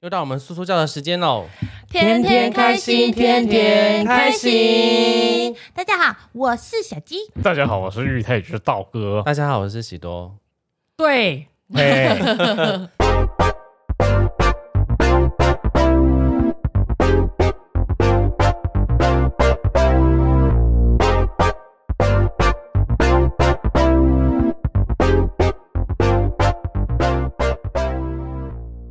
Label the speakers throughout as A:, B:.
A: 又到我们苏苏教的时间
B: 哦
A: 喽，
C: 天天开心，天天开心。
B: 大家好，我是小鸡。
D: 大家好，我是玉泰之道哥。
A: 大家好，我是喜多。
C: 对，
D: 哎，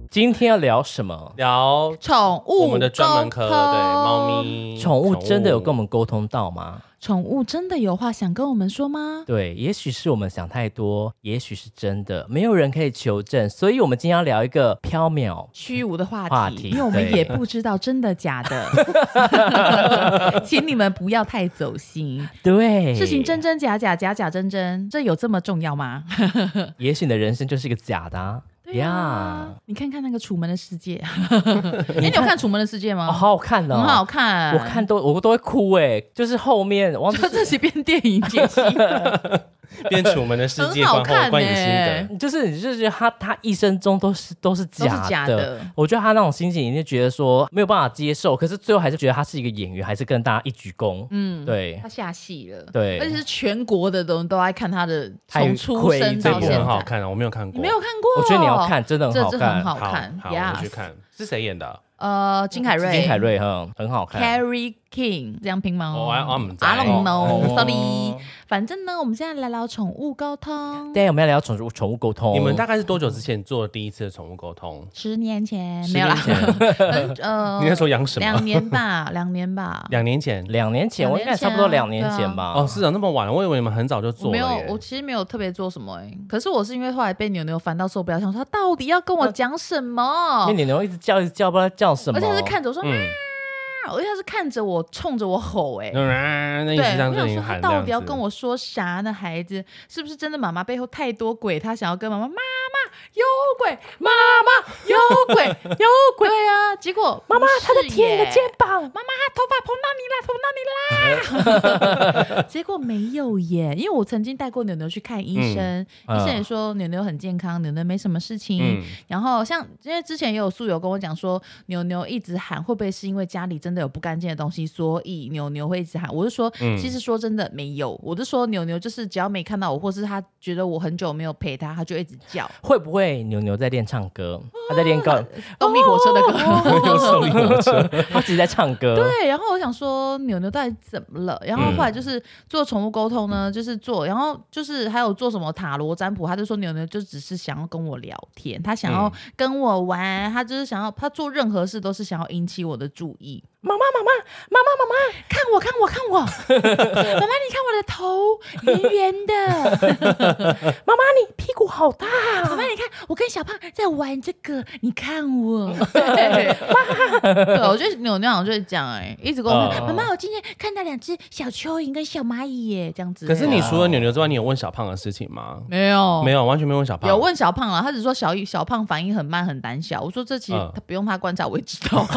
C: 今天要聊什么？
A: 聊
B: 宠物
A: 我们的专门科，对
B: 沟通
A: 猫，咪
C: 宠物真的有跟我们沟通到吗？
B: 嗯宠物真的有话想跟我们说吗？
C: 对，也许是我们想太多，也许是真的，没有人可以求证。所以，我们今天要聊一个缥缈。
B: 虚无的话题，
C: 话题
B: 因为我们
C: 对
B: 也不知道真的假的， 请你们不要太走心。
C: 对，
B: 事情真，真假假，假假真真，这有这么重要吗？
C: 也许你的人生就是一个假的、啊。
B: 对呀，你看看那个《楚门的世 界》，哎，你有看《楚门的世界》
C: 哦
B: 吗？
C: 好好看哦，
B: 很好看，
C: 我看都我都会哭哎，就是后面我忘 记
B: 就这些变电影解析，
A: 变楚门的世界观
B: 很好看
A: 后观影心
B: 欸
A: 得。
C: 就是你就觉得他他一生中都是都是
B: 都
C: 假
B: 是假的。
C: 我觉得他那种心情，你就觉得说没有办法接受，可是最后还是觉得他是一个演员，还是跟大家一鞠躬。
B: 嗯，
C: 对
B: 他下戏了，
C: 对
B: 而且是全国的人都爱看他的，
C: 太
B: 从出生
A: 这
B: 到
C: 亏
A: 部
B: 现
C: 这
A: 很
B: 在，
A: 好看啊，我没有看过。
B: 你没有看过？
C: 我觉得你要，看，真的很
B: 这
C: 好
B: 这很
C: 看。
B: 好
A: 好
B: 看，
A: 好，
B: 呀
A: 我去。看是谁演的？
B: 呃，金凯瑞，
C: 金凯瑞哈很好看。
B: Carrie King 这样拼吗
A: 哦，I- I'm 在
B: I don't
C: 哦
B: know，sorry。反正呢，我们现在来聊宠物沟通。
C: 对，我们要聊宠物宠物沟通。
A: 你们大概是多久之前做第一次的宠物沟通？
B: 十年前
A: 十
B: 没有啦
A: 年，前
B: 嗯呃
A: 你那时候养什么？
B: 两年吧，两年吧。
A: 两年前
C: 两年前，
B: 两
C: 我
B: 年
C: 应
B: 前啊
C: 该差不多两年前吧。
A: 哦，是啊，那么晚，我以为你们很早就
B: 我
A: 做了
B: 没有，
A: 耶。
B: 我其实没有特别做什么哎、可是我是因为后来被牛牛烦到受不了，想说他到底要跟
A: 呃
B: 我讲什么
C: 因为？你牛一直叫，一直叫，不知道叫什么。
B: 哦而且他是看着我说，喵
A: 嗯，
B: 而且他是看着我，冲着我吼哎、
A: 那那一
B: 对，
A: 直这样
B: 我
A: 子
B: 想
A: 你
B: 说他
A: 喊这
B: 到
A: 样
B: 底要跟
A: 子。
B: 我说啥呢？孩子，是不是真的妈妈背后太多鬼？他想要跟妈妈妈妈有鬼，妈妈有鬼，有鬼。对啊， 结果妈妈她在
C: 舔你的肩
B: 膀，妈妈头发碰到你啦，碰到你啦。结果没有耶，因为我曾经带过牛牛去看医生，
C: 嗯
B: 医生也说牛牛很健康，牛牛没什么事情。
A: 嗯，
B: 然后像因为之前也有宿友跟我讲说，牛牛一直喊，会不会是因为家里真的有不干净的东西，所以牛牛会一直喊？我是说，
A: 嗯
B: 其实说真的没有，我是说牛牛就是只要没看到我，或是他觉得我很久没有陪他，他就一直
A: 哦
B: 叫。
C: 会不会牛牛在练唱歌？
B: 啊
C: 他在练 歌，
B: 动力火车的 歌。
A: 又手里火车，
C: 他自己在唱歌。
A: 嗯
B: 对，然后我想说牛牛到底怎么了？然后后来就是做宠物沟通呢，就是做，然后就是还有做什么塔罗占卜，他就说牛牛就只是想要跟我聊天，他想要
A: 嗯
B: 跟我玩，他就是想要他做任何事都是想要引起我的注意。
C: 妈妈，妈妈，妈妈，妈妈，
B: 看我，看我，看我， 妈妈，你看我的头圆圆 的，
C: 妈妈，你屁股好 大啊。
B: 妈妈，你看我跟小胖在玩这个，你看我。对，对我觉得牛牛好像就是这样哎、一直跟我说，
A: 哦
B: 妈妈，我今天看到两只小蚯蚓跟小蚂蚁耶， 这样子。
A: 可是你除了牛牛之外，你有问小胖的事情吗？
B: 没有
A: 没
B: 有。
A: 有，完全没问小胖。
B: 有问小胖了，他只说小小胖反应很慢，很胆小。我说这其实
A: 嗯
B: 他不用他观察，我也知道。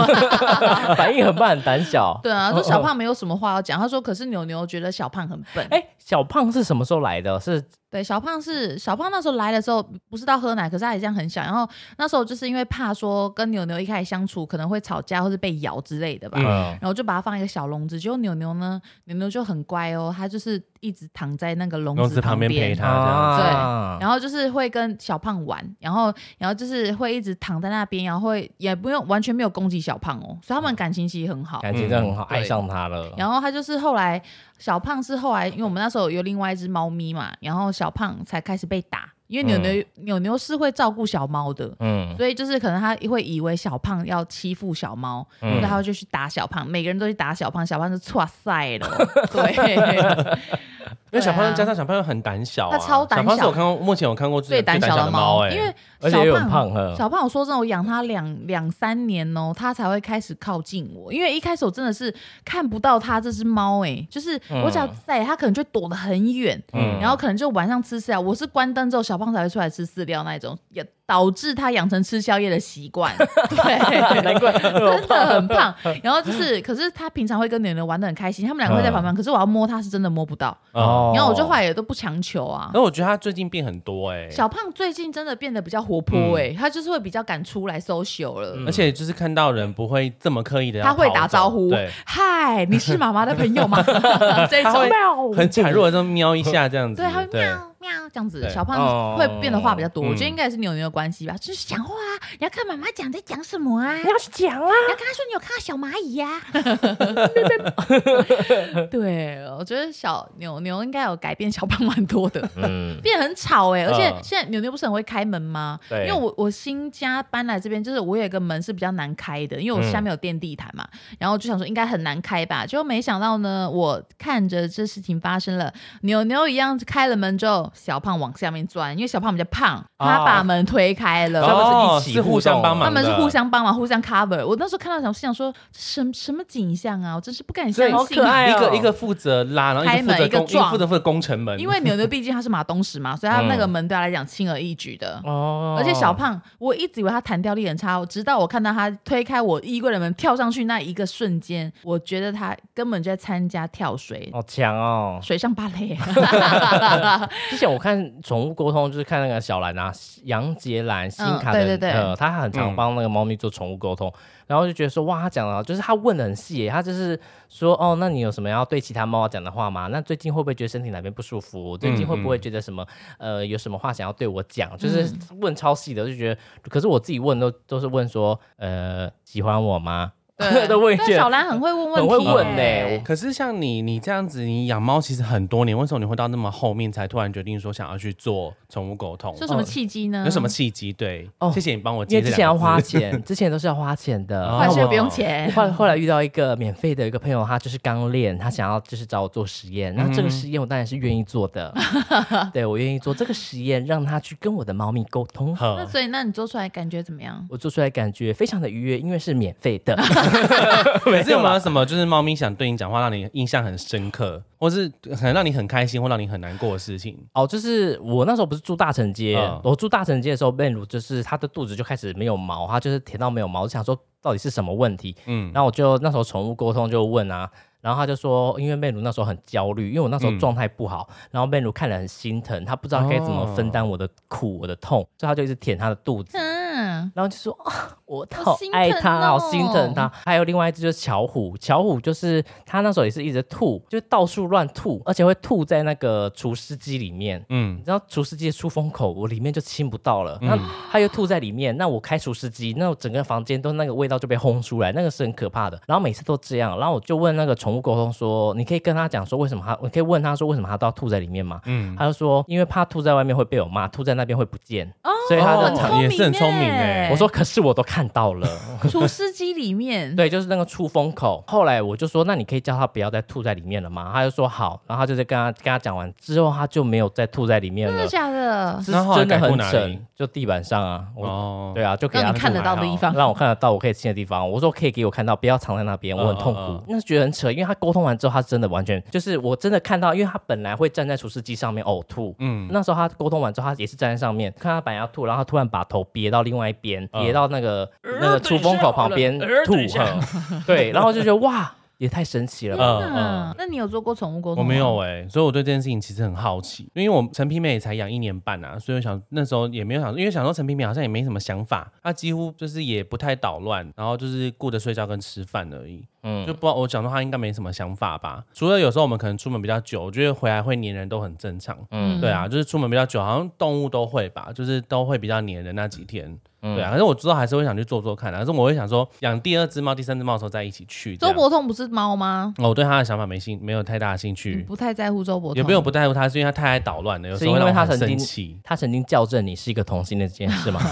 C: 反应很慢，很胆小。
B: 对
A: 嗯
B: 啊，说小胖没有什么话要讲。他说，可是牛牛觉得小胖很笨。
C: 哎，小胖是什么时候来的？是
B: 对，小胖是小胖那时候来的时候不是到喝奶，可是他也这样很小。然后那时候就是因为怕说跟牛牛一开始相处可能会吵架或是被咬之类的吧，
A: 嗯
C: 嗯，
B: 然后就把它放一个小笼子。结果牛牛呢，牛牛就很乖哦，它就是一直躺在那个笼
A: 笼
B: 子
A: 子旁边
B: 边
C: 嗯
A: 陪它这样子。
C: 啊
B: 然后就是会跟小胖玩，然后然后就是会一直躺在那边，然后会也不用完全没有攻击小胖哦，所以他们感情其实很好。
C: 感情真的很好，
B: 嗯对
C: 爱上他了。
B: 然后他就是后来小胖是后来，因为我们那时候有另外一只猫咪嘛，然后小胖才开始被打，因为牛牛、牛牛是会照顾小猫的。
C: 嗯，
B: 所以就是可能他会以为小胖要欺负小猫，
C: 嗯
B: 然后他就去打小胖，每个人都去打小胖，小胖就 错赛 了。对，
A: 因为小
B: 对
A: 胖
B: 啊
A: 加上小胖又很胆小、啊，
B: 他超胆小
A: 小胖是我看过，目前我看过
B: 最
A: 胆
B: 胆小
A: 的
B: 的猫，
A: 哎、
B: 因为
C: 而且
B: 小
C: 又很
B: 胖
C: 胖呵
B: 小胖，我说真的，我养它两两三年哦，它才会开始靠近我。因为一开始我真的是看不到它这只猫，哎，就是我只要在，它可能就躲得很远，
C: 嗯
B: 然后可能就晚上吃饲料。我是关灯之后，小胖才会出来吃饲料那一种，也导致他养成吃宵夜的习 惯。对，
C: 难怪我
B: 真的很胖。然后就是，可是他平常会跟牛牛玩的很开心，他们两个会
C: 嗯
B: 在旁边，可是我要摸他是真的摸不到。
A: 哦。
B: 然后我就后来也都不强求啊。
A: 那我觉得他最近变很多哎，
B: 小胖最近真的变得比较活泼哎、他就是会比较敢出来 social 了。
A: 而且就是看到人不会这么刻意的，
B: 他会打招呼
A: 对，，
B: 嗨，你是妈妈的朋友吗？这
A: 他会
B: 种，
A: 很孱弱的这么瞄一下这样子，
B: 对，他会喵喵这样子。
A: 对
B: 小
C: 哦
B: 胖会变得话比较多，我觉得
A: 嗯
B: 应该也是牛牛的关系吧，就是讲话啊，你要看妈妈讲在讲什么啊，
C: 要去讲啦，
B: 你要跟他说你有看到小蚂蚁呀、对，我觉得小牛牛应该有改变小胖蛮多的，
C: 嗯，
B: 变得很吵哎、而且
A: 嗯
B: 现在牛牛不是很会开门吗？
C: 对
B: 因为我我新家搬来这边，就是我有一个门是比较难开的，因为我下面有电地毯嘛，然后我就想说应该很难开吧，结果没想到呢，我看着这事情发生了，牛牛一样开了门之后，小胖往下面钻，因为小胖比较胖，他把门推开了。
C: 他们是一起
A: 哦是互相帮忙
B: 他
A: 的
B: 们是互相帮忙、互相 cover。我那时候看到想想说，这什么什么景象啊！我真是不敢相
C: 好
B: 信
C: 可。爱
A: 一
C: 哦，
A: 个一个负责拉，然后一个负
B: 开门
A: 责
B: 一个
A: 攻，一个
B: 撞
A: 负责负责攻城门，
B: 因为牛牛毕竟他是马东石嘛，所以他
A: 嗯
B: 那个门对他来讲轻而易举的。
C: 哦
B: 而且小胖，我一直以为他弹跳力很差，直到我看到他推开我衣柜的门跳上去那一个瞬间，我觉得他根本就在参加跳水、
C: 好强哦！
B: 水上芭 蕾。
C: 之前我看宠物沟通，就是看那个小兰啊，杨杰兰、新
B: 嗯
C: 卡的，
B: 对对对
C: 呃，她很常
A: 嗯
C: 帮那个猫咪做宠物沟通，然后就觉得说，哇，她讲的，就是她问的很细耶，她就是说，哦，那你有什么要对其他猫啊讲的话吗？那最近会不会觉得身体哪边不舒服？最近会
A: 嗯
C: 不会觉得什么，呃，有什么话想要对我讲？就是
B: 嗯
C: 问超细的，就觉得，可是我自己问都都是问说，呃，喜欢我吗？
B: 对，
C: 都问一
B: 但
C: 句，
B: 小兰很会问问
C: 很
B: 题、
C: 会问呢、
B: 欸。
A: 可是像你，你这样子，你养猫其实很多年，为什么你会到那么后面才突然决定说想要去做宠物沟通？
B: 是什么契机呢？
A: 有什么？契机？对，
C: 哦
A: 谢谢你帮我
C: 因
A: 接
C: 为
A: 这
C: 之前要
A: 两个字。
C: 花钱，之前都是要花钱的。
A: 哦
B: 换血不用钱。
C: 后来后来遇到一个免费的一个朋友，他就是刚练，他想要就是找我做实验，那这
A: 嗯
C: 个实验我当然是愿意 做的，对我愿意做这个实验，让他去跟我的猫咪沟通。
A: 呵
B: 那所以，那你做出来感觉怎么样？
C: 我做出来感觉非常的愉悦，因为是免费 的。
A: 可是有没有什么就是猫咪想对你讲话，让你印象很深刻，或是很让你很开心，或让你很难过的事情？
C: 哦，就是我那时候不是住大城街，
A: 嗯
C: 我住大城街的时候，贝鲁就是他的肚子就开始没有毛，他就是甜到没有毛，我就想说到底是什么问题？
A: 嗯，
C: 然后我就那时候宠物沟通就问啊，然后他就说，因为贝鲁那时候很焦虑，因为我那时候
A: 嗯
C: 状态不好，然后贝鲁看了很心疼，他不知道该怎
A: 哦
C: 么分担我的苦、我的痛，所以他就一直舔他的肚子。
B: 嗯，
C: 然后就说啊，我
B: 好
C: 好
B: 心
C: 爱
B: 疼
C: 他，好心疼
B: 哦
C: 他。还有另外一只就是巧虎，巧虎就是他那时候也是一直吐，就到处乱吐，而且会吐在那个除湿机里面。
A: 嗯嗯
C: 你，知道除湿机的出风口，我里面就亲不到了，那它又吐在里面，那我开除湿机，那我整个房间都那个味道就被烘出来，那个是很可怕的。然后每次都这样，然后我就问那个宠物沟通说，你可以跟他讲说为什么他，我可以问他说为什么他都要吐在里面吗？
A: 嗯，
C: 他就说因为怕吐在外面会被我骂，吐在那边会不见，所以他
A: 哦
C: 就
B: 很
C: 藏。
B: 聪
A: 也
B: 明、
A: 是很聪明
B: 哎、
A: 欸
C: 我说可是我都看到了，
B: 除湿机里面，
C: 对，就是那个出风口。后来我就说，那你可以叫他不要再吐在里面了吗？他就说好，然后他就在跟他跟他讲完之后，他就没有再吐在里面
B: 真
C: 了
B: 的。假的？
C: 是
A: 那后来
C: 真的
A: 改过
C: 很
A: 哪里
C: 省，就地板上啊，我、
A: 哦，
C: 对啊，就给他
B: 让你看得
C: 住
B: 到
C: 还
B: 的
C: 好
B: 地方
C: 让我看得到，我可以亲的地方。我说可以给我看到，不要藏在那边，我很痛苦。
A: 嗯嗯嗯
C: 那觉得很扯，因为他沟通完之后，他真的完全就是我真的看到，因为他本来会站在除湿机上面呕吐，
A: 嗯，
C: 那时候他沟通完之后，他也是站在上面，看他本来要吐，然后他突然把头别到另外一边，
A: 嗯
C: 别到那个、
B: 呃
C: 那个出风口旁边吐， 呵对，然后就觉得哇，也太神奇了吧。
A: 嗯
B: 嗯，那你有做过宠物沟通？
A: 我没有。哎、所以我对这件事情其实很好奇，因为我陈皮妹也才养一年半啊，所以我想那时候也没有想，因为想说陈皮妹好像也没什么想法，她几乎就是也不太捣乱，然后就是顾着睡觉跟吃饭而已。嗯，就不知道我讲的话应该没什么想法吧，除了有时候我们可能出门比较久，我觉得回来会黏人都很正常。
B: 嗯，
A: 对啊，就是出门比较久，好像动物都会吧，就是都会比较黏人那几天。
C: 嗯
A: 对啊，可是我之后还是会想去做做看啊，但是我会想说养第二只猫、第三只猫的时候再一起去。这
B: 周
A: 样
B: 伯通不是猫吗？
A: 哦我对它的想法没兴，没有太大的兴
B: 你
A: 趣。
B: 不太在乎周伯通，
A: 嗯也
C: 哦
A: 不用不在乎他，是因为他太爱捣乱了，有时
C: 是因
A: 候
C: 为
A: 会让我
C: 他
A: 很
C: 曾
A: 生
C: 经
A: 气。
C: 他曾经校正你是一个同性恋这件事吗？ 啊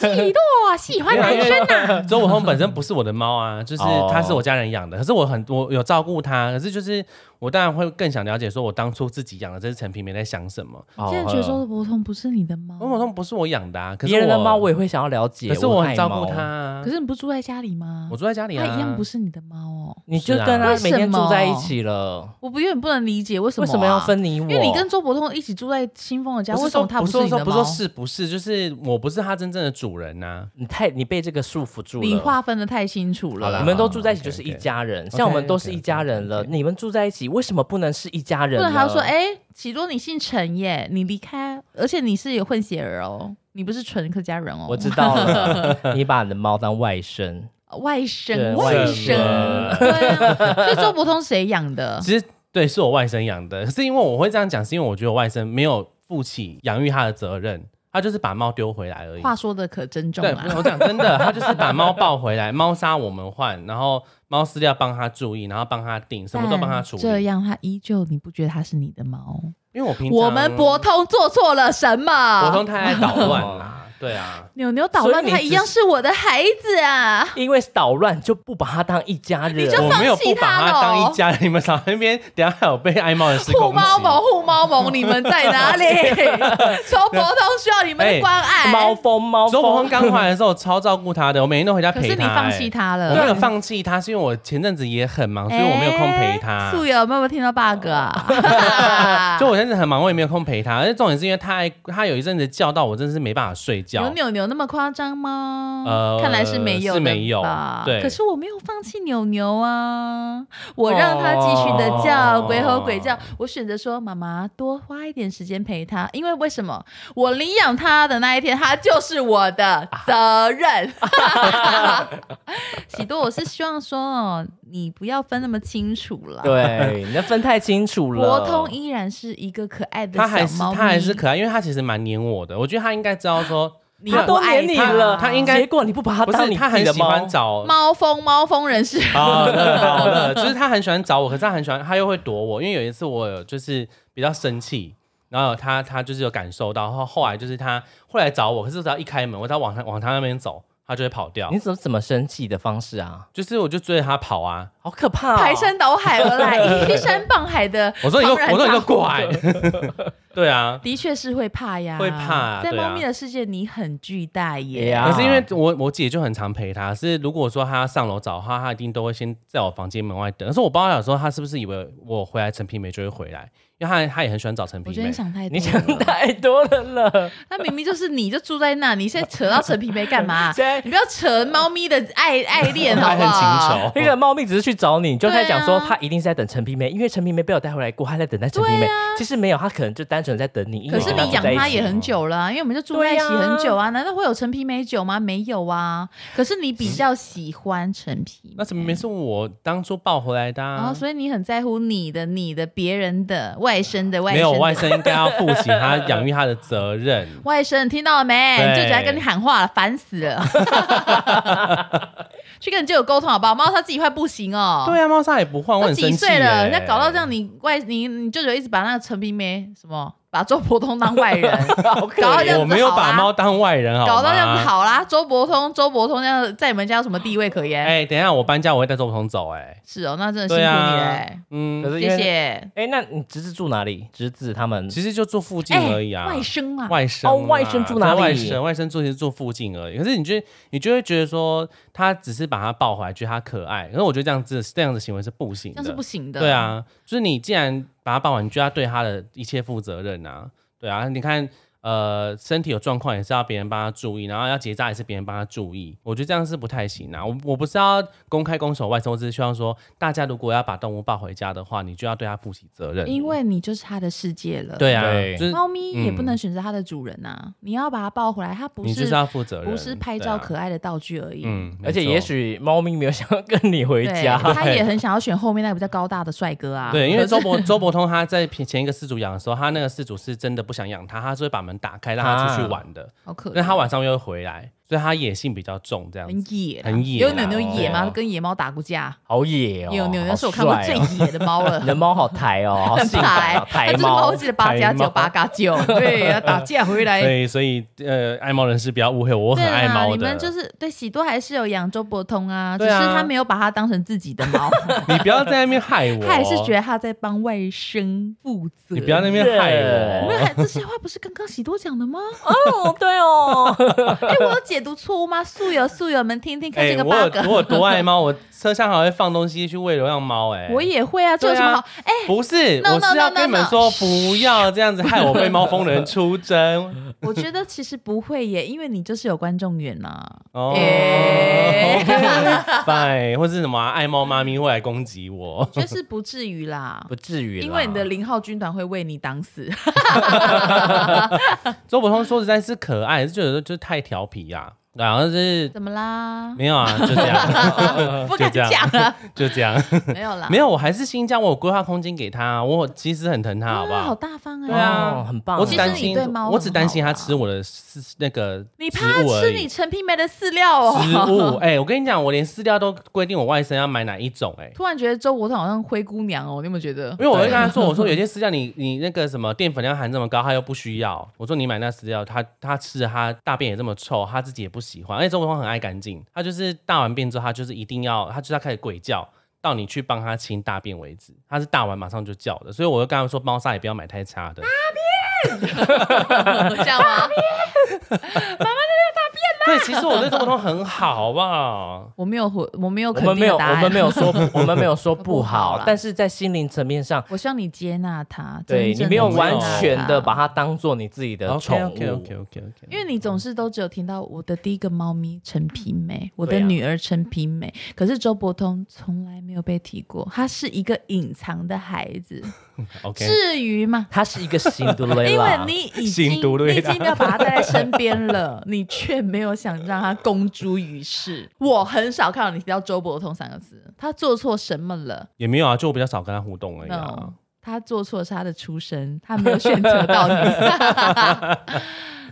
B: 几朵喜欢男生呐、
A: 周武通本身不是我的猫啊，就是
C: 哦
A: 它是我家人养的，可是我很我有照顾它，可是就是我当然会更想了解，说我当初自己养的这只陈皮梅在想什么。
C: 哦
B: 现在觉得周伯通不是你的
A: 周武
B: 猫，
A: 通不是我养的啊，可是
C: 别
A: 我
C: 人的猫我也会想要了解，
A: 可是我
C: 爱
A: 很照顾
C: 猫
A: 它，啊
B: 可，是你不住在家里吗
A: 我？住在家里
B: 它
A: 啊，
B: 嗯一样不是你的猫哦。
C: 你就是
A: 啊
C: 跟它
B: 为
C: 每天
B: 什么
C: 住在一起了，
B: 我不有点不能理解为什么、啊
C: 为什么要？分你我？
B: 因为你跟周伯通一起住在新丰的家，
A: 不
B: 为
A: 是
B: 什
A: 说
B: 么它
A: 不
B: 是
A: 是
B: 你
A: 说
B: 的
A: 不是？
B: 猫
A: 说是不是，就是我不是它真正的主人啊呐、
C: 你太你被这个束缚住了，
B: 你划分的太清楚
A: 好啦
C: 你
B: 了，
C: 们都住在一起就
A: OK，OK
C: 是一家人，像我们都是一家人了，
A: OK，OK，OK，OK
C: 你们住在一起为什么不能是一家
B: 不
C: 人呢？
B: 然还要说，哎、启多你姓陈耶，你离开，而且你是有混血儿哦，你不是纯客家人哦，
C: 我知道 了，你把你的猫当外甥，
B: 外甥
C: 对
B: 外
C: 外
B: 甥，
A: 甥
B: 对啊，所以周伯通谁 养的？
A: 其实对，是我外甥养的，可是因为我会这样讲，是因为我觉得我外甥没有负起养育它的责任，他就是把猫丢回来而已。
B: 话说的可真重
A: 对，
B: 啊！
A: 我讲 真的，他就是把猫抱回来，猫砂我们换，然后猫饲料帮他注意，然后帮他订，什么都帮他处
B: 但哎这
A: 理。
B: 样他依旧，你不觉得他是你的猫？
A: 因为我平常
B: 我们博通做错了什
A: 博通
B: 么？
A: 太爱捣乱啦，对啊，
B: 扭扭捣乱，
C: 所以你
B: 他
C: 只
B: 一样是我的孩子啊！
C: 因为捣乱就不把它当一家人，
B: 就
A: 我
B: 放
A: 没有
B: 弃
A: 不把
B: 它
A: 它当
B: 咯
A: 一家，你们少那边，等一下还有被爱猫人 士
B: 护
A: 攻击。
B: 猫盟，护 猫盟，你们在哪里？周伯通需要你们的关
A: 哎
B: 爱。
C: 猫疯猫
A: 周伯通
C: 疯，
A: 刚回来的时候我超照顾他的，我每天都回家
B: 可
A: 陪他、
B: 是你放弃
A: 欸
B: 他了，
A: 我没有放弃他，是因为我前阵子也很忙，所以我没有空陪他
B: 哎。素友有没有听到 bug 啊？
A: 就我现在很忙，我也没有空陪他。而且重点是因为他还他有一阵子叫到我，真的是没办法睡觉。
B: 有扭扭那么夸张吗？
A: 呃
B: 看来是没有的吧，
A: 是没有对
B: 可是我没有放弃扭扭啊，我让它继续的叫，
A: 哦
B: 鬼吼鬼叫。我选择说，妈妈多花一点时间陪它，因为为什么？我领养它的那一天，它就是我的责任。喜多，我是希望说哦，你不要分那么清楚了。。
C: 对，你的分太清楚了，
B: 博通依然是一个可爱的
A: 他还
B: 小
A: 是
B: 猫咪，
A: 他还是可爱，因为他其实蛮黏我的。我觉得他应该知道说，
B: 你
C: 它
B: 不
C: 都
B: 爱
C: 黏你了，
A: 它应该
C: 结果你不把它
A: 不是
C: 当你
A: 他
C: 自己
A: 很
C: 的
A: 喜
C: 猫
A: 欢，找。
B: 猫疯猫疯人士，
A: 好的哦好 的，就是他很喜欢找我，可是他很喜欢，他又会躲我。因为有一次我有就是比较生气，然后他他就是有感受到，然后后来就是他会来找我，可是只要一开门，我只要往他往他那边走，他就会跑掉
C: 你。怎么怎么生气的方式啊？
A: 就是我就追着他跑啊，
C: 好可怕哦！
B: 排山倒海而来，依山傍海的。
A: 我说你个，
B: 庞然大
A: 我说你个怪， 对啊。
B: 的确是会怕呀，
A: 会怕
B: 在
A: 对啊
B: 猫咪的世界，你很巨大耶。
C: 呀
A: 可是因为我我姐就很常陪她，是如果说她上楼找她，她一定都会先在我房间门外等。可是我不知道有时候她是不是以为我回来陈皮梅就会回来，因为她她也很喜欢找陈
B: 我
A: 皮
B: 觉得
A: 梅
B: 你。想太多
C: 你想
B: 了，
C: 太多了 了，
B: 它明明就是你就住在那，你现在扯到陈皮梅干嘛？
C: 现在
B: 你不要扯猫咪的爱爱恋好
A: 她
B: 不
A: 很
B: 好？
A: 情
C: 那
A: 仇，
C: 个猫咪只是去找你，你就在讲说
B: 对啊
C: 它一定是在等陈皮梅，因为陈皮梅被我带回来过，它在等待陈皮梅。其实没有，它可能就单纯在等你，因
B: 啊可
C: 为
B: 是你
C: 刚好
B: 养
C: 在一
B: 它
C: 起
B: 也很久了啊、因为我们就住在一起很久啊，难道会有陈皮梅酒吗？没有啊。可是你比较喜欢陈皮
A: 那
B: 梅，
A: 陈皮梅是我当初抱回来的、
B: 然后、
A: 啊。
B: 哦所以你很在乎你的、你的、别人的、外甥的、外甥的。
A: 没有外甥应该要负起 她养育她的责任。
B: 外甥，听到了没？
A: 对
B: 舅舅在跟你喊话了，烦死 了！去跟你舅舅沟通好不好？猫它自己换不行哦。
A: 对啊，猫砂也不换，我
B: 都
A: 很生
B: 几
A: 气、
B: 岁
A: 欸。
B: 了，人家搞到这样，你外你你舅舅一直把那个陈皮梅什么，把周伯通当外 人，
C: 好可
B: 搞到这样
C: 怜。
B: 子
A: 我没有
B: 好
A: 把
B: 啦
A: 猫当外人好吗，
B: 搞到这样子好啦。周伯通，周伯通这样在你们家有什么地位可言？
A: 哎、等一下我搬家我会带周鹏走、哎，
B: 是哦，那真的辛苦
A: 对
B: 你
A: 啊
B: 了、
A: 嗯
C: 可，是因
B: 谢
C: 为。
B: 谢。
C: 哎，那你侄子住哪里？侄子他们
A: 其实就住附近
B: 哎，
A: 而已啊。
B: 外甥嘛，
A: 外甥
C: 哦
A: 啦
C: 外甥住哪里
A: 外甥外甥住其实住附近而已。可是你就你就会觉得说，他只是把他抱回来，觉得他可爱。可是我觉得这样子这样子行为是不行
B: 这
A: 的，
B: 样是不行的。
A: 对，啊，就是你既然把他抱完，你就要对他的一切负责任啊。对啊，你看，呃，身体有状况也是要别人帮他注意，然后要结扎也是别人帮他注意。我觉得这样是不太行啊。我我不是要公开拱手外甥，我只是希望说，大家如果要把动物抱回家的话，你就要对他负起责任。
B: 因为你就是他的世界了。
A: 对啊，
C: 对
A: 就是
B: 猫咪也不
A: 嗯
B: 能选择它的主人呐、啊，你要把它抱回来，它不
A: 你就是是要负责任，
B: 不是拍
A: 对
B: 照
A: 啊
B: 可爱的道具而已。
A: 嗯，没
C: 而且
A: 错
C: 也许猫咪没有想要跟你回
B: 对，
C: 家，
B: 它也很想要选后面那个比较高大的帅哥啊。
A: 对，因为
B: 可是
A: 周伯 周伯通他在前一个事主养的时候，他
C: 啊
A: 那个事主是真的不想养他，他是会把门打开让他出去玩的，
B: 好可
A: 因为他
B: 怜，
A: 晚上又会回来，所以它野性比较重，这样子。
B: 很野啦，
A: 很野
B: 有
A: 啦啊
B: 牛牛野吗？
C: 哦
B: 跟野猫打过架？
C: 好野哦，
B: 有牛牛
C: 好
B: 是我看过
C: 帅
B: 最
C: 哦
B: 野的猫了
C: 你。的猫好抬哦，好
B: 很
C: 性感
B: 排
C: 哦，，
B: 它
C: 抬
B: 这个
C: 猫
B: 猫记得八加九，八加九，对，要打架回来。
A: 对，所以呃，爱猫人士不要误会我，我
B: 对
A: 很爱
B: 啊，
A: 猫
B: 你
A: 的。
B: 们就是对喜多还是有养周伯通啊，只
A: 对
B: 是
A: 啊
B: 他没有把它当成自己的 猫，
A: 你不要在那边 害我，
B: 他还是觉得他在帮外甥负责。
A: 你不要在那边害
C: 对
B: 没有
A: 我。
B: 还这 些话不是刚刚喜多讲的吗？
C: 哦，对哦，
B: 哎、我有解读错误吗？宿友宿友们听听看
A: 哎、
B: 这个
A: 我
B: bug，、
A: 有我有多爱猫，我车厢还会放东西去喂流浪猫、哎，
B: 我也会啊，这有什么好？哎、
A: 不是
B: No,
A: 我
B: no,
A: 是要
B: no,
A: 跟你们
B: no, no.
A: 说，不要这样子害我被猫疯的人出征。
B: 我觉得其实不会耶，因为你就是有观众缘啊呐。
A: 哦、
B: 哎
A: fine，或是什么啊、爱猫妈咪会来攻击我。
B: 我觉得是不至于啦。
C: 不至于啦，
B: 因为你的零号军团会为你挡死，
A: 周伯通说实在是可爱，是觉得就是太调皮呀、啊，好像是
B: 怎么啦？
A: 没有啊，就这样，
B: 不敢
A: 就这
B: 讲
A: 样
B: 了，
A: 就这样。
B: 没有啦，
A: 没有，我还是新疆，我有规划空间给他，我其实很疼他，好不
B: 哇好
A: 好？
B: 大方
A: 对
B: 哎！
A: 啊
C: 哦很棒。
A: 我只担
B: 其实
A: 心
B: 你对猫，
A: 我只担心他
B: 很好啊
A: 吃我的饲那个
B: 你怕
A: 植物而
B: 吃
A: 已
B: 你陈皮梅的饲料哦？
A: 植物，哎、我跟你讲，我连饲料都规定我外甥要买哪一种、哎，
B: 突然觉得周伯通好像灰姑娘哦，你有没有觉 得？
A: 因为我会跟他说，我说有些饲料你你那个什么淀粉量含这么高，他又不需要。我说你买那饲料，他他吃了他大便也这么臭，他自己也不喜欢。而且周伯通很爱干净，他就是大完便之后，他就是一定要，他就要开始鬼叫。到你去帮他清大便为止，他是大完马上就叫的，所以我就跟他说，猫砂也不要买太差的。
B: 这样吗？
A: 对，其实我对周伯通很好，好不 好？
B: 我没有回，我没有
C: 我
B: 肯定
C: 们没有，
B: 的答
C: 我
B: 案。
C: 们没有说， 我们没有说不
B: 不好
C: 好
B: 啦，
C: 但是在心灵层面上，
B: 我希望你接纳他，
C: 对
B: 真
C: 你
B: 正
C: 没有
B: 地
C: 完
B: 接纳
C: 全的
B: 他
C: 把它当做你自己的宠物。
A: OK OK OK OK，
B: 因为你总是都只有听到我的第一个猫咪陈皮梅，我的
C: 对啊
B: 女儿陈皮梅，可是周伯通从来没有被提过，他是一个隐藏的孩 子，
A: OK，
B: 至于吗？
C: 它是一个辛 德
B: 因
C: 雷
B: 为
C: 拉，
B: 你已经
A: 醒读了
B: 你已经没有把他带在身边了，你却没有想让他公诸于世。我很少看到你提到周伯通三个字，他做错什么了
A: 也没有啊，就我比较少跟他互动而已、啊。
B: ？No，他做错是他的出身，他没有选择到你。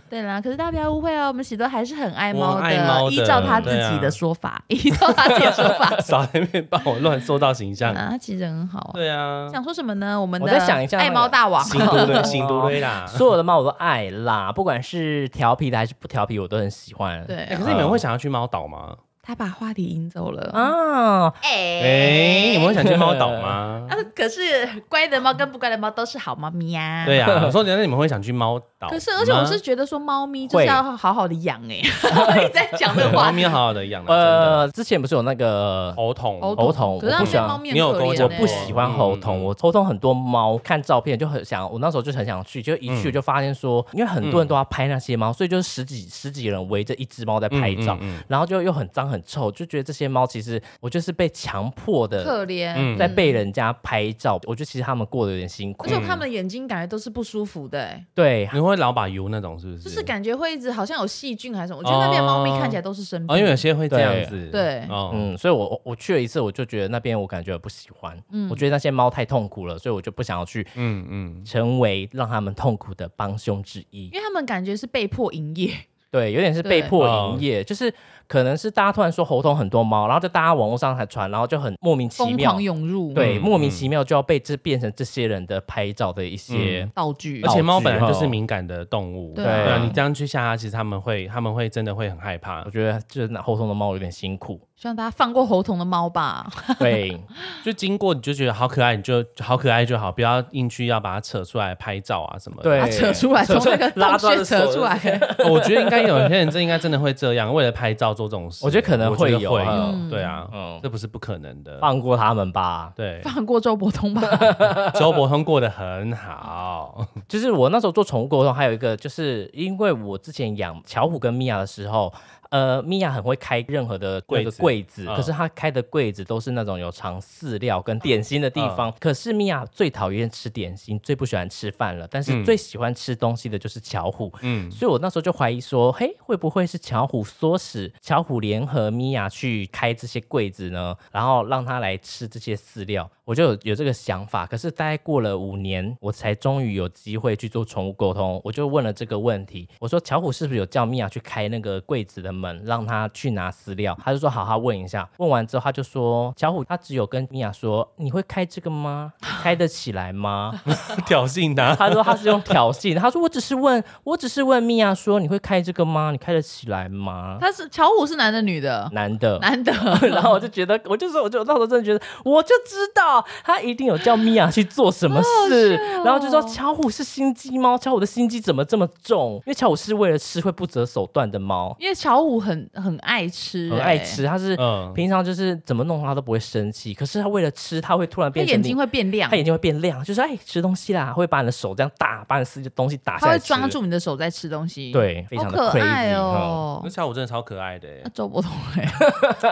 B: 对啦，可是大家不要误会哦，我们喜多还是很爱猫
A: 我
B: 的，
A: 爱猫的啊
B: 依照他自己的说法，依照他自己的说法
A: 少在那边帮我乱塑造形 象。
B: 啊，他其实人很好啊。
A: 对啊，
B: 想说什么呢？我们的
C: 我再想一下那
B: 爱
C: 个
B: 猫大王，
A: 新都的新都瑞啦。
C: 所有的猫我都爱啦，不管是调皮的还是不调皮，我都很喜欢。
B: 对
A: 哎
B: 啊
A: 可，是你们会想要去猫岛吗？
B: 他把话题引走了。
C: 啊，
A: 哎，你们会想去猫岛吗？
B: 啊，可是乖的猫跟不乖的猫都是好猫咪呀、
A: 对啊呀，我说你那你们会想去猫岛吗？
B: 可是，而且我是觉得说，猫咪就是要好好的养哎、 我一直在讲这
A: 对
B: 个话
A: 猫。咪好好的哦养啊，真的
C: 呃，之前不是有那个
A: 头痛
B: 头
C: 头痛
B: 可是它
C: 我不喜欢
B: 猫咪
A: 你有
B: 很可
A: 跟我
B: 怜、欸，
A: 讲
C: 我
A: 对
C: 不喜欢猴
A: 嗯
C: 童，我头痛很多猫，看照片就很想，我那时候就很想去，就一
A: 嗯
C: 去就发现说，因为很多人都要拍那些猫，所以就是十几十几个人围着一只猫在拍照，
A: 嗯嗯嗯
C: 然后就又很脏很臭，就觉得这些猫其实我就是被强迫的
B: 可怜。
A: 嗯
C: 在被人嗯家拍照，我觉得其实他们过得有点辛苦
B: 而，且我看它们的眼睛感觉都是不舒服的、欸，
C: 对，
A: 你会老把油那种是不是？
B: 就是感觉会一直好像有细菌还是什么。我觉得那边的猫咪看起来都是生病。
A: 哦，因为有些会这样子。
B: 对对
A: 哦，
C: 嗯，所以我我我去了一次，我就觉得那边我感觉不喜欢，我觉得那些猫太痛苦了，所以我就不想要去
A: 嗯嗯，
C: 成为让他们痛苦的帮凶之一。
B: 因为他们感觉是被迫营 业，
C: 对，有点是被迫
A: 嗯
C: 营业，就是可能是大家突然说喉头很多猫，然后就大家网络上才传，然后就很莫名其
B: 疯
C: 妙
B: 狂，涌入
C: 对，
A: 嗯
C: 莫名其妙就要被这变成这些人的拍照的一些。
A: 嗯
B: 道具
A: 而。且猫本来就
C: 道具
A: 是
C: 哦
A: 敏感的动物，
B: 对
A: 对
B: 啊
A: 啊，你这样去吓它，其实他们会，他们会真的会很害怕
C: 我。觉得就是那喉头的猫有点辛苦，
B: 希望大家放过猴童的猫吧。
C: 对，
A: 就经过你就觉得好可爱，你就好可爱就好，不要硬去要把它扯出来拍照啊什么的。
C: 对
B: 把它扯出来，从那个
C: 拉
B: 洞
C: 到
B: 穴
C: 的手
B: 扯出来。
A: 哦我觉得应该有些人真应该真的会这样，为了拍照做这种事。
C: 我觉得可能
A: 我觉得
C: 会有
A: 会
C: 嗯
A: 对啊，
C: 嗯
A: 这不是不可能的。
C: 放过他们吧。
A: 对，
B: 放过周伯 通吧。
A: 周伯通过得很好，
C: 就是我那时候做宠物沟通，还有一个就是因为我之前养巧虎跟米娅的时候，呃，米娅很会开任何的那
A: 柜
C: 个
A: 子
C: 柜子，
A: 嗯
C: 可是她开的柜子都是那种有藏饲料跟点心的地
A: 嗯
C: 方。可是米娅最讨厌吃点心，最不喜欢吃饭了，但是
A: 嗯
C: 最喜欢吃东西的就是巧虎。
A: 嗯，
C: 所以我那时候就怀疑说，嘿，会不会是巧虎唆使巧虎联合米娅去开这些柜子呢？然后让她来吃这些饲料？我就有有这个想法。可是大概过了五年，我才终于有机会去做宠物沟通，我就问了这个问题，我说巧虎是不是有叫米娅去开那个柜子的门，让他去拿饲料？他就说好好问一下。问完之后，他就说巧虎他只有跟米娅说，你会开这个吗？开得起来吗？
A: 挑衅他。
C: 他说他是用挑衅，他说我只是问，我只是问米娅说你会开这个吗？你开得起来吗？
B: 他是巧虎是男的女 的？
C: 男的，
B: 男的，
C: 然后我就觉得，我就说，我就那时候真的觉得，我就知道他一定有叫米娅去做什么
B: 哦
C: 事，然后就说巧虎是心机猫，巧虎的心机怎么这么重？因为巧虎是为了吃会不择手段的猫，
B: 因为巧虎很很爱吃、
C: 很爱，吃，它是
A: 嗯，
C: 平常就是怎么弄它都不会生气，可是它为了吃，它会突
B: 哎
C: 然
B: 他
C: 变成
B: 眼睛
C: 你。
B: 会变亮
C: 它，眼睛会变亮，就是哎，吃东西啦，会把你的手这样打，把你吃的东西打下
B: 他
C: 来
B: 会
C: 吃
B: 抓，住你的手在吃东西，，
C: 对，非
B: 好
C: 常的
B: 可
C: crazy，
B: 爱
C: 嗯
B: 哦
A: 那。巧虎真的超可爱的欸
B: 那，周伯通哎，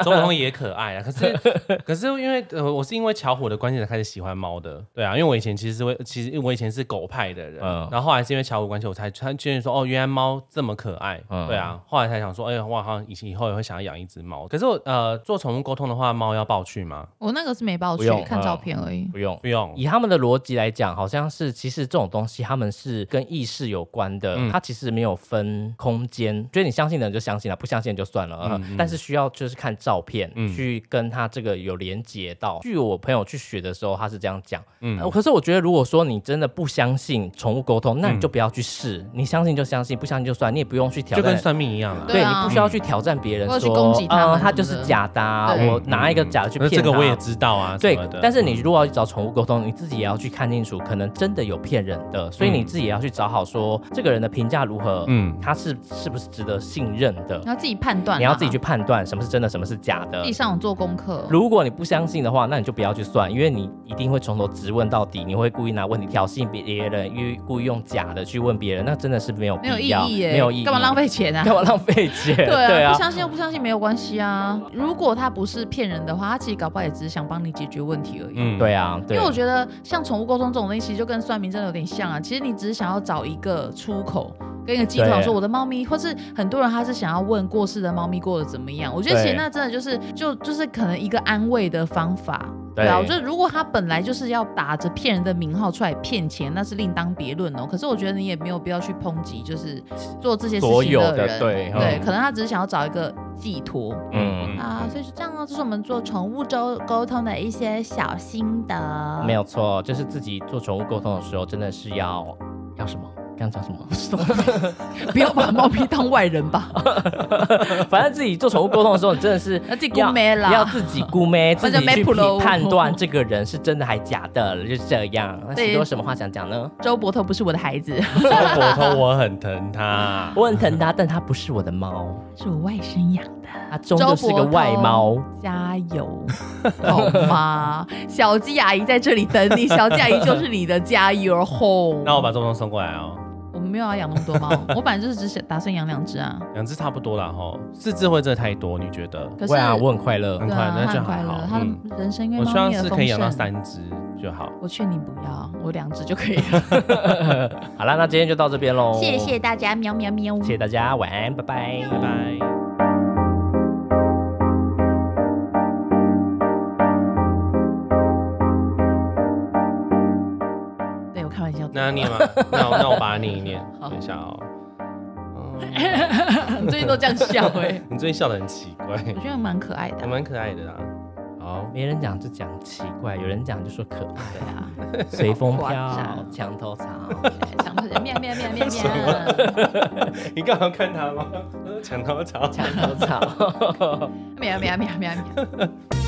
A: 周文通也可爱啊。可是可是因为呃，我是因为巧虎的关系才开始喜欢猫的，对啊，因为我以前其实是会，其实我以前是狗派的人，
C: 嗯
A: 然后后来是因为巧虎关系，我才才确认说哦，原来猫这么可爱，
C: 嗯
A: 对啊，后来才想说，哎呀，我好像以前以后也会想要养一只猫。可是我呃，做宠物沟通的话，猫要抱去吗？
B: 我那个是没抱
C: 不
B: 去
C: 用
B: 看
C: 嗯
B: 照片而已。
C: 不用，
A: 不用，
C: 以他们的逻辑来讲，好像是其实这种东西他们是跟意识有关的，
A: 嗯
C: 它其实没有分空间，就是你相信的人就相信了，不相信就算了。
A: 嗯
C: 呃但是需要就是看照片、去跟他这个有连接到。据我朋友去学的时候，他是这样讲。嗯、可是我觉得如果说你真的不相信宠物沟通，那
A: 嗯
C: 你就不要去试，你相信就相信，不相信就算，你也不用去挑
A: 就跟
C: 战。
A: 算命一样啊。
B: 对
C: 对
B: 啊
C: 你不需要去挑战别人
B: 或
C: 说，
B: 者去攻击他们
C: 呃
B: 什
C: 他
B: 么
C: 就是
B: 的
C: 假的啊、
B: 对
C: 我拿一个假的去
A: 嗯那
C: 骗他。
A: 这个我也知道啊，
C: 对
A: 什么，的
C: 但是你如果要去找宠物沟通，你自己也要去看清楚，可能真的有骗人的，所以你自己也要去找好说这个人的评价如何，
A: 嗯
C: 他是是不是值得信任的
B: 你，要自己判断啊，
C: 你要自己去判断什么是真的，什么是假的
B: 自己。上网做功课。
C: 如果你不相信的话，那你就不要去算，因为你一定会从头质问到底，你会故意拿问题挑衅别人，故意故意用假的去问别人，那真的是没有
B: 没有
C: 必
B: 意
C: 要，
B: 义耶，
C: 没有意义，
B: 干嘛浪？费钱啊？
C: 干嘛浪费钱？
B: 对啊，
C: 啊
B: 不，相信又不相信没有关系啊。如果他不是骗人的话，他其实搞不好也只是想帮你解决问题而已。
A: 嗯，
C: 对啊，对
B: 因为我觉得像宠物沟通这种东西，其实就跟算命真的有点像啊。其实你只是想要找一个出口，跟一个寄托，
C: 对
B: 说我的猫咪，或是很多人他是想要问过世的猫咪过得怎么样。我觉得
C: 对
B: 其实那真的就是就就是可能一个安慰的方法。
C: 对
B: 啊，我觉得如果他本来就是要打着骗人的名号出来骗钱，那是另当别论哦。可是我觉得你也没有必要去抨击，就是做这些事
C: 所
B: 情
C: 有的
B: 人，
C: 对
B: 对，
C: 嗯
B: 可能他只是想要找一个寄托。
C: 嗯
A: 嗯
B: 啊，所以是这样哦，这是我们做宠物周沟通的一些小心得。
C: 没有错，就是自己做宠物沟通的时候，真的是要要什么？刚刚讲什么？
B: 不要把猫咪当外人吧，
C: 反正自己做宠物沟通的时候，你真 的是
B: 要自己
C: 要
B: 估妹啦
C: 要自己 估妹，自
B: 者
C: 己去
B: map 咯
C: 评判断这个人是真的还假的，就是这样。那
B: 对
C: 许多什么话想讲 呢？
B: 周伯特不是我的孩子，
A: 周伯通我很疼它，
C: 我很疼它，但它不是我的猫，
B: 是我外甥养的。
C: 它终究是
B: 周伯
C: 个
B: 通
C: 外猫。
B: 加油，好吗？小鸡阿姨在这里等你，小鸡阿姨就是你的加油吼。
A: 那我把周伯通送过来哦。
B: 我们没有要养那么多猫，我本来就是只想打算养两只啊。
A: 两只差不多啦，吼，四只会真的太多，你觉得？
B: 可是，
C: 会啊，我很快乐
A: 很。
B: 对
A: 快
B: 啊，
A: 那
B: 他
A: 就
B: 很快
A: 还好
B: 乐，他
A: 嗯
B: 的人生因为
A: 我
B: 猫
A: 希望
B: 咪而
A: 是可以养到
B: 丰盛。
A: 三只就好。
B: 我劝你不要，我两只就可以了。
C: 好啦，那今天就到这边
A: 哦
C: 喽。
B: 谢谢，大家，喵喵喵。
C: 谢谢大家，晚安，拜拜，
A: 拜拜。
B: 对我开玩笑的，
A: 那要念吗？那 我那我把它念一念，
B: 好
A: 等一下哦。嗯，
B: 你最近都这样笑哎，
A: 你最近笑得很奇怪，
B: 我觉得蛮可爱的
A: 还
B: 啊。
A: 蛮可爱的啦。好，
C: 没人讲就讲奇怪，有人讲就说可爱，
B: 对啊，
C: 随风
B: 夸
C: 飘，
B: 张
C: 墙头草。
B: 想不起来，喵喵喵喵
A: 什
B: 喵
A: 么。 你干嘛 看它吗？抢头草。
C: 墙头草。
B: 喵喵喵喵喵。